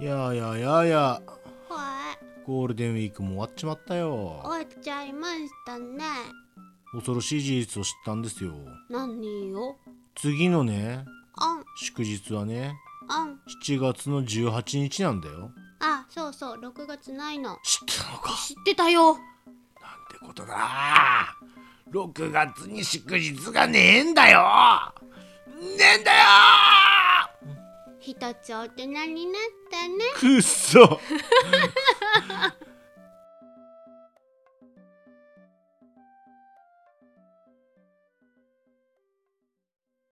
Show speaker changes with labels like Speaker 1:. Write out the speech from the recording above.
Speaker 1: やあやあやあやあ
Speaker 2: はい
Speaker 1: ゴールデンウィークも終わっちまったよ
Speaker 2: 終わっちゃいましたね
Speaker 1: 恐ろしい事実を知ったんですよ
Speaker 2: 何よ
Speaker 1: 次のね
Speaker 2: あん
Speaker 1: 祝日はね
Speaker 2: あん
Speaker 1: 7月の18日なんだよ
Speaker 2: あそうそう6月ないの
Speaker 1: 知ったのか
Speaker 2: 知ってたよ
Speaker 1: なんてことだ6月に祝日がねえんだよねえんだよ
Speaker 2: 一つ大人になったね
Speaker 1: くっそ